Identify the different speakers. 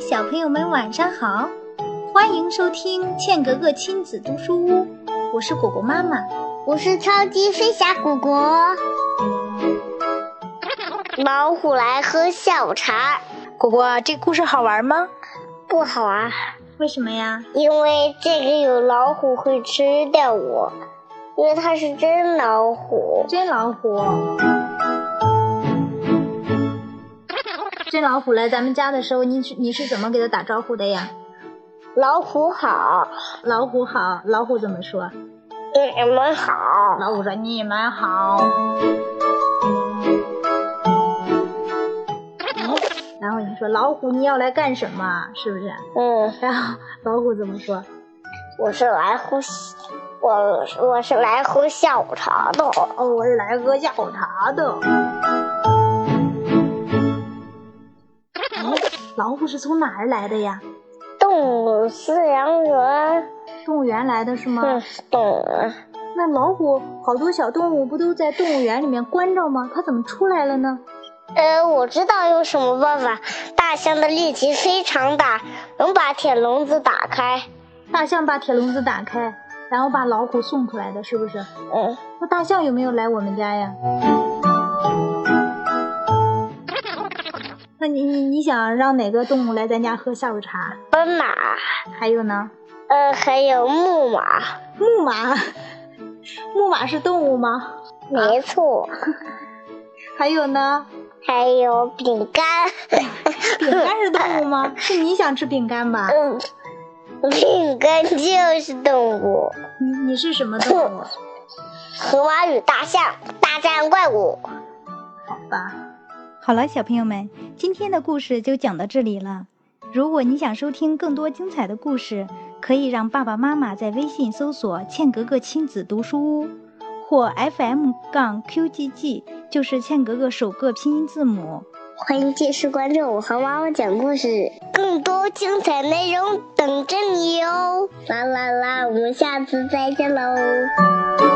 Speaker 1: 小朋友们晚上好，欢迎收听茜格格亲子读书屋，我是果果妈妈。
Speaker 2: 我是超级飞侠果果。老虎来喝下午茶，
Speaker 3: 果果，这个故事好玩吗？
Speaker 2: 不好玩，
Speaker 1: 为什么呀？
Speaker 2: 因为这个有老虎会吃掉我，因为它是真老虎。
Speaker 1: 真老虎。真老虎来咱们家的时候，你是你是怎么给它打招呼的呀？
Speaker 2: 老虎好，
Speaker 1: 老虎好，老虎怎么说？
Speaker 2: 你们好。
Speaker 1: 老虎说：“你们好。”然后你说：“老虎，你要来干什么？是不是
Speaker 2: 嗯，？”
Speaker 1: 然后老虎怎么说？
Speaker 2: 我是来喝，我我是来喝下午茶的。
Speaker 1: 哦，我是来喝下午茶的。老虎是从哪儿来的呀？
Speaker 2: 动物饲养员，
Speaker 1: 动物园来的是吗？
Speaker 2: 嗯，懂了。
Speaker 1: 那老虎好多小动物不都在动物园里面关着吗？它怎么出来了呢？
Speaker 2: 呃，我知道用什么办法。大象的力气非常大，能把铁笼子打开。
Speaker 1: 大象把铁笼子打开，然后把老虎送出来的，是不是？
Speaker 2: 嗯，
Speaker 1: 那大象有没有来我们家呀？那你你你想让哪个动物来咱家喝下午茶？
Speaker 2: 斑马，
Speaker 1: 还有呢，
Speaker 2: 呃，还有木马，
Speaker 1: 木马，木马是动物吗？
Speaker 2: 没错，
Speaker 1: 还有呢，
Speaker 2: 还有饼 干，
Speaker 1: 饼干是动物 吗？是你想吃饼干吧？
Speaker 2: 嗯，饼干就是动物，
Speaker 1: 你你是什么动物？
Speaker 2: 河马与大象大战怪物。
Speaker 1: 好吧。
Speaker 3: 好了，小朋友们，今天的故事就讲到这里了。如果你想收听更多精彩的故事，可以让爸爸妈妈在微信搜索“茜格格亲子读书屋”或 FM 杠 QGG，就是茜格格首个拼音字母。
Speaker 2: 欢迎继续关注我和妈妈讲故事，更多精彩内哦容等着你哟！啦啦啦，我们下次再见喽。